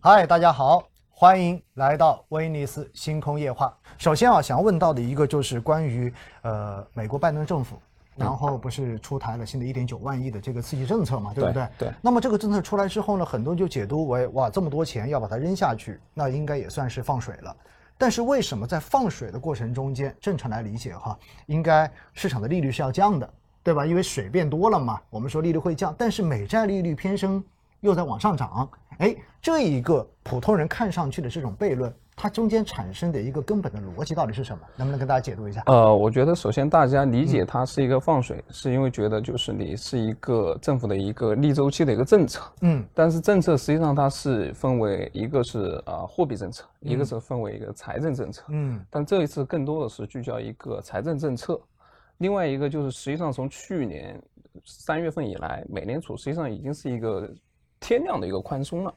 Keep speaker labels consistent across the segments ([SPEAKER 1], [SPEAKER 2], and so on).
[SPEAKER 1] 嗨，大家好，欢迎来到威尼斯星空夜话。首先啊，想问到的一个就是关于呃美国拜登政府，然后不是出台了新的一点九万亿的这个刺激政策嘛，对不对？
[SPEAKER 2] 对对
[SPEAKER 1] 那么这个政策出来之后呢，很多人就解读为哇，这么多钱要把它扔下去，那应该也算是放水了。但是为什么在放水的过程中间，正常来理解哈，应该市场的利率是要降的，对吧？因为水变多了嘛，我们说利率会降，但是美债利率偏升又在往上涨，哎，这一个普通人看上去的这种悖论，它中间产生的一个根本的逻辑到底是什么？能不能跟大家解读一下？
[SPEAKER 2] 呃，我觉得首先大家理解它是一个放水，是因为觉得就是你是一个政府的一个逆周期的一个政策，
[SPEAKER 1] 嗯
[SPEAKER 2] 但是政策实际上它是分为一个是啊、呃货币政策，一个是分为一个财政政策，
[SPEAKER 1] 嗯
[SPEAKER 2] 但这一次更多的是聚焦一个财政政策，另外一个就是实际上从去年三月份以来，美联储实际上已经是一个天量的一个宽松了。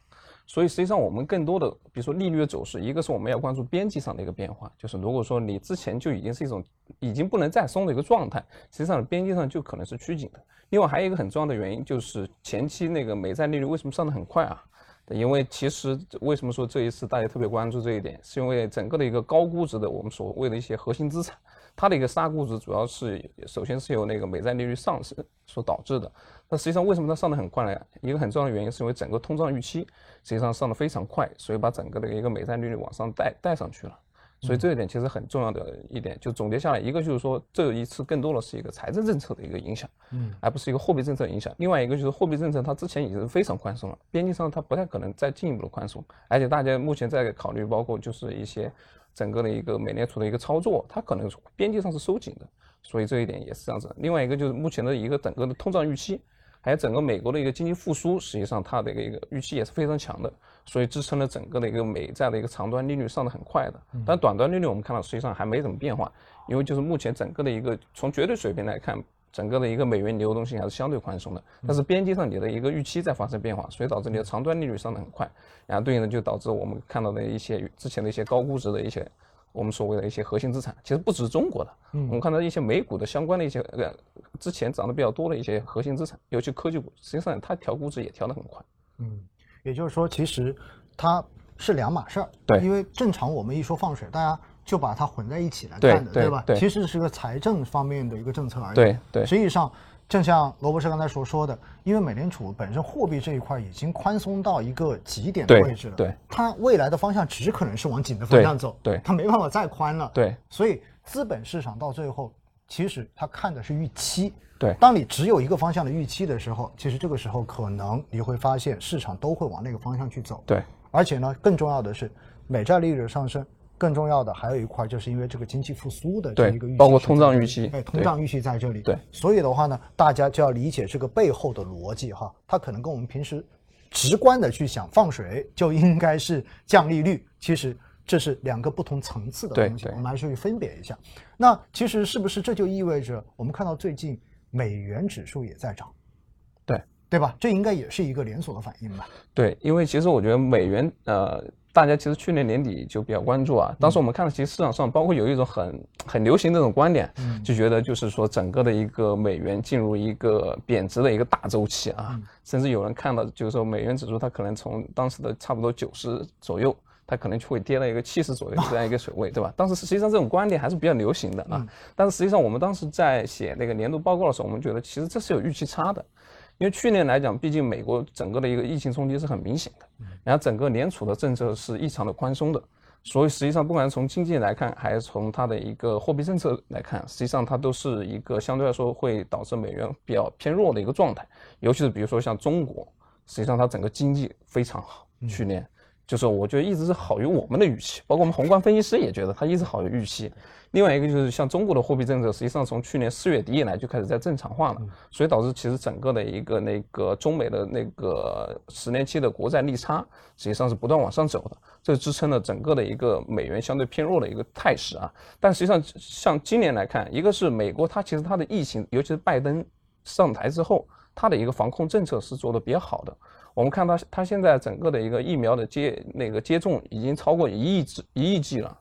[SPEAKER 2] 所以实际上我们更多的，比如说利率的走势，一个是我们要关注边际上的一个变化，就是如果说你之前就已经是一种已经不能再松的一个状态，实际上边际上就可能是趋紧的。另外还有一个很重要的原因就是前期那个美债利率为什么上得很快啊？对因为其实为什么说这一次大家特别关注这一点，是因为整个的一个高估值的我们所谓的一些核心资产，它的一个杀估值主要是首先是由那个美债利率上升所导致的。那实际上为什么它上得很快呢？一个很重要的原因是因为整个通胀预期实际上上得非常快，所以把整个的一个美债利率往上带带上去了。所以这一点其实很重要的一点，就总结下来，一个就是说这一次更多的是一个财政政策的一个影响，
[SPEAKER 1] 嗯，
[SPEAKER 2] 而不是一个货币政策的影响。另外一个就是货币政策，它之前已经是非常宽松了，边际上它不太可能再进一步的宽松，而且大家目前在考虑，包括就是一些整个的一个美联储的一个操作，它可能边际上是收紧的，所以这一点也是这样子。另外一个就是目前的一个整个的通胀预期，还有整个美国的一个经济复苏，实际上它的一个一个预期也是非常强的，所以支撑了整个的一个美债的一个长端利率上的很快的。但短端利率我们看到实际上还没怎么变化，因为就是目前整个的一个从绝对水平来看，整个的一个美元流动性还是相对宽松的，但是边际上你的一个预期在发生变化，所以导致你的长端利率上的很快，然后对应的就导致我们看到的一些之前的一些高估值的一些我们所谓的一些核心资产，其实不只是中国的，
[SPEAKER 1] 嗯
[SPEAKER 2] 我们看到一些美股的相关的一些呃之前涨得比较多的一些核心资产，尤其科技股，实际上它调估值也调得很快。
[SPEAKER 1] 嗯，也就是说，其实它是两码事儿。
[SPEAKER 2] 对
[SPEAKER 1] 因为正常我们一说放水，大家就把它混在一起来
[SPEAKER 2] 对
[SPEAKER 1] 看的，
[SPEAKER 2] 对
[SPEAKER 1] 吧？
[SPEAKER 2] 对
[SPEAKER 1] 其实是个财政方面的一个政策而已。
[SPEAKER 2] 对对
[SPEAKER 1] 实际上，正像罗博士刚才所说的，因为美联储本身货币这一块已经宽松到一个极点的
[SPEAKER 2] 对
[SPEAKER 1] 位置了，
[SPEAKER 2] 对
[SPEAKER 1] 它未来的方向只可能是往紧的方向走，
[SPEAKER 2] 对对
[SPEAKER 1] 它没办法再宽了，
[SPEAKER 2] 对
[SPEAKER 1] 所以资本市场到最后，其实它看的是预期。
[SPEAKER 2] 对
[SPEAKER 1] 当你只有一个方向的预期的时候，其实这个时候可能你会发现市场都会往那个方向去走。
[SPEAKER 2] 对
[SPEAKER 1] 而且呢，更重要的是，美债利率的上升，更重要的还有一块，就是因为这个经济复苏的这
[SPEAKER 2] 对
[SPEAKER 1] 一个预期是在这里，
[SPEAKER 2] 包括通胀预期
[SPEAKER 1] 哎，通
[SPEAKER 2] 对
[SPEAKER 1] 胀预期在这里。
[SPEAKER 2] 对
[SPEAKER 1] 所以的话呢，大家就要理解这个背后的逻辑哈，它可能跟我们平时直观的去想放水就应该是降利率，其实这是两个不同层次的
[SPEAKER 2] 对
[SPEAKER 1] 东西，
[SPEAKER 2] 对
[SPEAKER 1] 我们还是去分别一下。那其实是不是这就意味着我们看到最近美元指数也在涨，
[SPEAKER 2] 对
[SPEAKER 1] 对吧？这应该也是一个连锁的反应吧？
[SPEAKER 2] 对，因为其实我觉得美元呃，大家其实去年年底就比较关注啊，当时我们看到其实市场上包括有一种很很流行的那种观点，就觉得就是说整个的一个美元进入一个贬值的一个大周期啊，甚至有人看到就是说美元指数它可能从当时的差不多九十左右。它可能就会跌到一个七十左右这样一个水位，对吧？当时实际上这种观点还是比较流行的啊。但是实际上我们当时在写那个年度报告的时候，我们觉得其实这是有预期差的，因为去年来讲，毕竟美国整个的一个疫情冲击是很明显的，然后整个联储的政策是异常的宽松的，所以实际上不管从经济来看，还是从它的一个货币政策来看，实际上它都是一个相对来说会导致美元比较偏弱的一个状态，尤其是比如说像中国，实际上它整个经济非常好，去年。就是我觉得一直是好于我们的预期，包括我们宏观分析师也觉得它一直好于预期。另外一个就是像中国的货币政策，实际上从去年四月底以来就开始在正常化了，所以导致其实整个的一个那个中美的那个十年期的国债利差实际上是不断往上走的，这支撑了整个的一个美元相对偏弱的一个态势啊。但实际上像今年来看，一个是美国它其实它的疫情，尤其是拜登上台之后，它的一个防控政策是做的比较好的。我们看它，它现在整个的一个疫苗的接那个接种已经超过一亿只一亿剂了，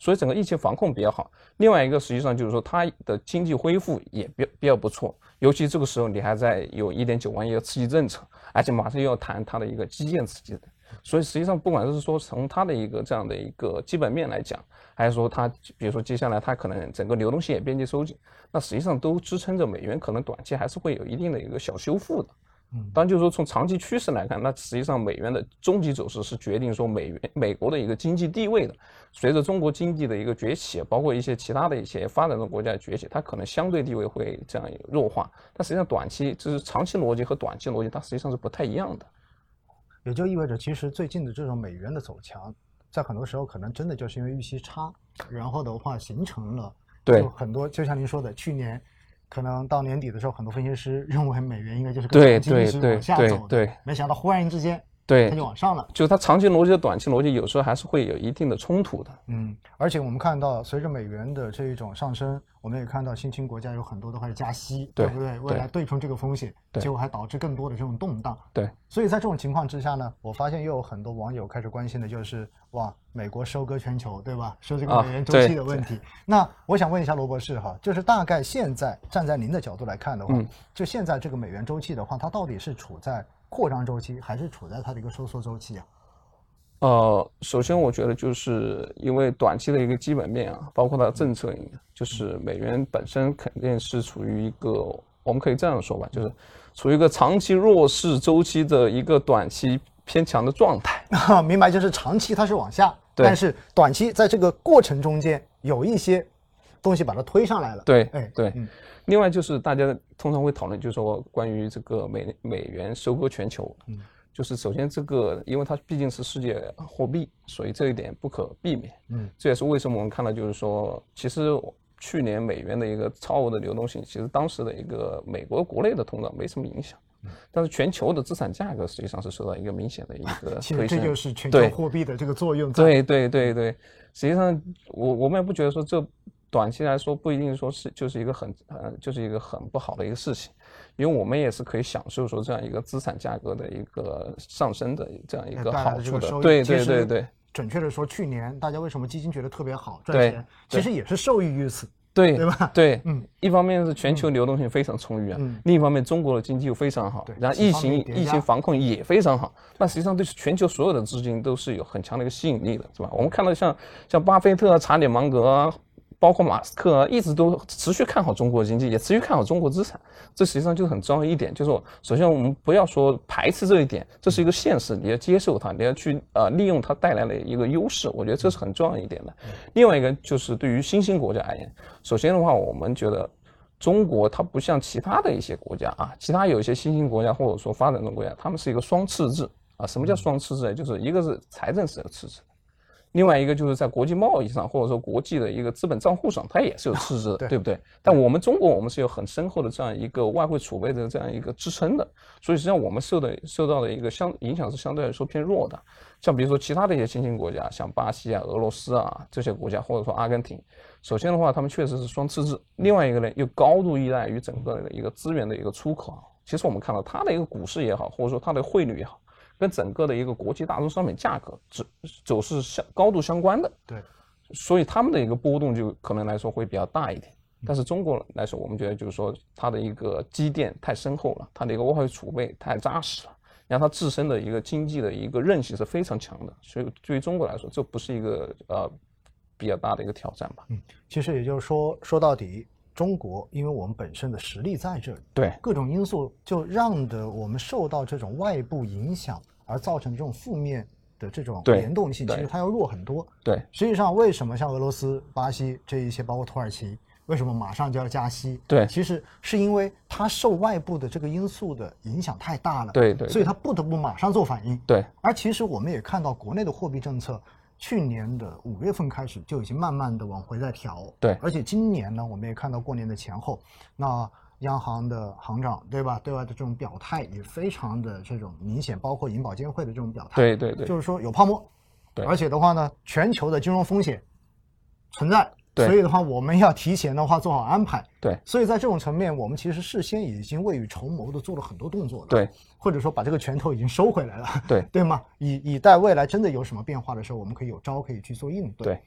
[SPEAKER 2] 所以整个疫情防控比较好。另外一个实际上就是说它的经济恢复也比比较不错，尤其这个时候你还在有一点九万亿的刺激政策，而且马上又要谈它的一个基建刺激所以实际上，不管是说从它的一个这样的一个基本面来讲，还是说它，比如说接下来它可能整个流动性也边际收紧，那实际上都支撑着美元可能短期还是会有一定的一个小修复的。
[SPEAKER 1] 嗯
[SPEAKER 2] 当然，就是说从长期趋势来看，那实际上美元的终极走势是决定说美元美国的一个经济地位的。随着中国经济的一个崛起，包括一些其他的一些发展中国家的崛起，它可能相对地位会这样弱化。但实际上，短期就是长期逻辑和短期逻辑，它实际上是不太一样的。
[SPEAKER 1] 也就意味着，其实最近的这种美元的走强，在很多时候可能真的就是因为预期差，然后的话形成了
[SPEAKER 2] 对
[SPEAKER 1] 就很多就像您说的，去年可能到年底的时候，很多分析师认为美元应该就是个
[SPEAKER 2] 对
[SPEAKER 1] 长期一直
[SPEAKER 2] 对
[SPEAKER 1] 往下
[SPEAKER 2] 对
[SPEAKER 1] 走的，
[SPEAKER 2] 对
[SPEAKER 1] 没想到忽然之间
[SPEAKER 2] 对
[SPEAKER 1] 它就往上了。
[SPEAKER 2] 就是它长期逻辑和短期逻辑有时候还是会有一定的冲突的。
[SPEAKER 1] 嗯，而且我们看到，随着美元的这一种上升，我们也看到新兴国家有很多都开始加息，
[SPEAKER 2] 对
[SPEAKER 1] 不对？为
[SPEAKER 2] 对
[SPEAKER 1] 来对冲这个风险，
[SPEAKER 2] 对
[SPEAKER 1] 结果还导致更多的这种动荡。
[SPEAKER 2] 对，
[SPEAKER 1] 所以在这种情况之下呢，我发现又有很多网友开始关心的就是，哇，美国收割全球，对吧？说这个
[SPEAKER 2] 啊
[SPEAKER 1] 美元周
[SPEAKER 2] 对
[SPEAKER 1] 期的问题。那我想问一下罗博士哈，就是大概现在站在您的角度来看的话，
[SPEAKER 2] 嗯
[SPEAKER 1] 就现在这个美元周期的话，它到底是处在扩张周期，还是处在它的一个收缩周期啊？
[SPEAKER 2] 呃，首先我觉得就是因为短期的一个基本面啊，包括它的政策影响，就是美元本身肯定是处于一个，我们可以这样说吧，就是处于一个长期弱势周期的一个短期偏强的状态。
[SPEAKER 1] 啊， 明白，就是长期它是往下，
[SPEAKER 2] 对
[SPEAKER 1] 但是短期在这个过程中间有一些东西把它推上来了。
[SPEAKER 2] 对
[SPEAKER 1] 哎，
[SPEAKER 2] 对
[SPEAKER 1] 嗯
[SPEAKER 2] 另外就是大家通常会讨论，就是说关于这个美美元收割全球，
[SPEAKER 1] 嗯
[SPEAKER 2] 就是首先这个，因为它毕竟是世界货币，所以这一点不可避免。
[SPEAKER 1] 嗯，
[SPEAKER 2] 这也是为什么我们看到，就是说，其实去年美元的一个超额的流动性，其实当时的一个美国国内的通胀没什么影响，
[SPEAKER 1] 嗯
[SPEAKER 2] 但是全球的资产价格实际上是受到一个明显的一个
[SPEAKER 1] 啊其
[SPEAKER 2] 推
[SPEAKER 1] 实这
[SPEAKER 2] 升。
[SPEAKER 1] 就是全球
[SPEAKER 2] 对
[SPEAKER 1] 货币的这个作用在。
[SPEAKER 2] 对对对对，实际上我我们也不觉得说这短期来说不一定说是就是一个很呃就是一个很不好的一个事情，因为我们也是可以享受说这样一个资产价格的一个上升的这样一
[SPEAKER 1] 呃
[SPEAKER 2] 个
[SPEAKER 1] 带来
[SPEAKER 2] 好
[SPEAKER 1] 的这
[SPEAKER 2] 处
[SPEAKER 1] 个
[SPEAKER 2] 的
[SPEAKER 1] 收。益
[SPEAKER 2] 对
[SPEAKER 1] 其
[SPEAKER 2] 对
[SPEAKER 1] 实
[SPEAKER 2] 对对
[SPEAKER 1] 准确的说，去年大家为什么基金觉得特别好赚
[SPEAKER 2] 对
[SPEAKER 1] 钱，其实也是受益于此。
[SPEAKER 2] 对
[SPEAKER 1] 对吧
[SPEAKER 2] 对，
[SPEAKER 1] 嗯，
[SPEAKER 2] 一方面是全球流动性非常充裕啊，
[SPEAKER 1] 嗯
[SPEAKER 2] 另一方面中国的经济又非常好
[SPEAKER 1] 对，
[SPEAKER 2] 然后
[SPEAKER 1] 几
[SPEAKER 2] 疫
[SPEAKER 1] 方面
[SPEAKER 2] 情
[SPEAKER 1] 叠
[SPEAKER 2] 疫
[SPEAKER 1] 加
[SPEAKER 2] 情防控也非常好，那实际上对全球所有的资金都是有很强的一个吸引力的，是吧？我们看到像像巴菲特啊、查理芒格啊。包括马斯克啊，一直都持续看好中国经济，也持续看好中国资产，这实际上就是很重要一点。就是我首先我们不要说排斥这一点，这是一个现实，你要接受它，你要去呃利用它带来的一个优势，我觉得这是很重要一点的。另外一个就是对于新兴国家而言，首先的话，我们觉得中国它不像其他的一些国家啊，其他有一些新兴国家或者说发展中国家，他们是一个双赤字啊。什么叫双赤字？就是一个是财政是有赤字，另外一个就是在国际贸易上或者说国际的一个资本账户上，它也是有赤字的，
[SPEAKER 1] 对
[SPEAKER 2] 对不对？但我们中国我们是有很深厚的这样一个外汇储备的这样一个支撑的，所以实际上我们受的受到的一个相影响是相对来说偏弱的。像比如说其他的一些新兴国家，像巴西啊、俄罗斯啊这些国家，或者说阿根廷，首先的话，他们确实是双赤字，另外一个呢又高度依赖于整个的一个资源的一个出口啊。其实我们看到它的一个股市也好，或者说它的汇率也好，跟整个的一个国际大宗商品价格走走势相高度相关的，
[SPEAKER 1] 对，
[SPEAKER 2] 所以他们的一个波动就可能来说会比较大一点。但是中国来说，我们觉得就是说它的一个积淀太深厚了，它的一个外汇储备太扎实了，然后它自身的一个经济的一个韧性是非常强的，所以对于中国来说，这不是一个呃比较大的一个挑战吧？
[SPEAKER 1] 其实也就是说，说到底，中国因为我们本身的实力在这里，
[SPEAKER 2] 对
[SPEAKER 1] 各种因素就让的我们受到这种外部影响而造成这种负面的这种
[SPEAKER 2] 对
[SPEAKER 1] 联动性，其
[SPEAKER 2] 对
[SPEAKER 1] 实它要弱很多。
[SPEAKER 2] 对
[SPEAKER 1] 实际上，为什么像俄罗斯、巴西这一些，包括土耳其，为什么马上就要加息？
[SPEAKER 2] 对
[SPEAKER 1] 其实是因为它受外部的这个因素的影响太大了，
[SPEAKER 2] 对对
[SPEAKER 1] 所以它不得不马上做反应。
[SPEAKER 2] 对
[SPEAKER 1] 而其实我们也看到，国内的货币政策去年的五月份开始就已经慢慢的往回在调，
[SPEAKER 2] 对
[SPEAKER 1] 而且今年呢，我们也看到过年的前后，那央行的行长对吧，对外的这种表态也非常的这种明显，包括银保监会的这种表态，
[SPEAKER 2] 对对对
[SPEAKER 1] 就是说有泡沫，
[SPEAKER 2] 对
[SPEAKER 1] 而且的话呢，全球的金融风险存在，
[SPEAKER 2] 对
[SPEAKER 1] 所以的话，我们要提前的话做好安排。
[SPEAKER 2] 对
[SPEAKER 1] 所以在这种层面，我们其实事先已经未雨绸缪的做了很多动作了，，
[SPEAKER 2] 对
[SPEAKER 1] 或者说把这个拳头已经收回来了，
[SPEAKER 2] 对
[SPEAKER 1] 对吗？以以待未来真的有什么变化的时候，我们可以有招可以去做应对。
[SPEAKER 2] 对，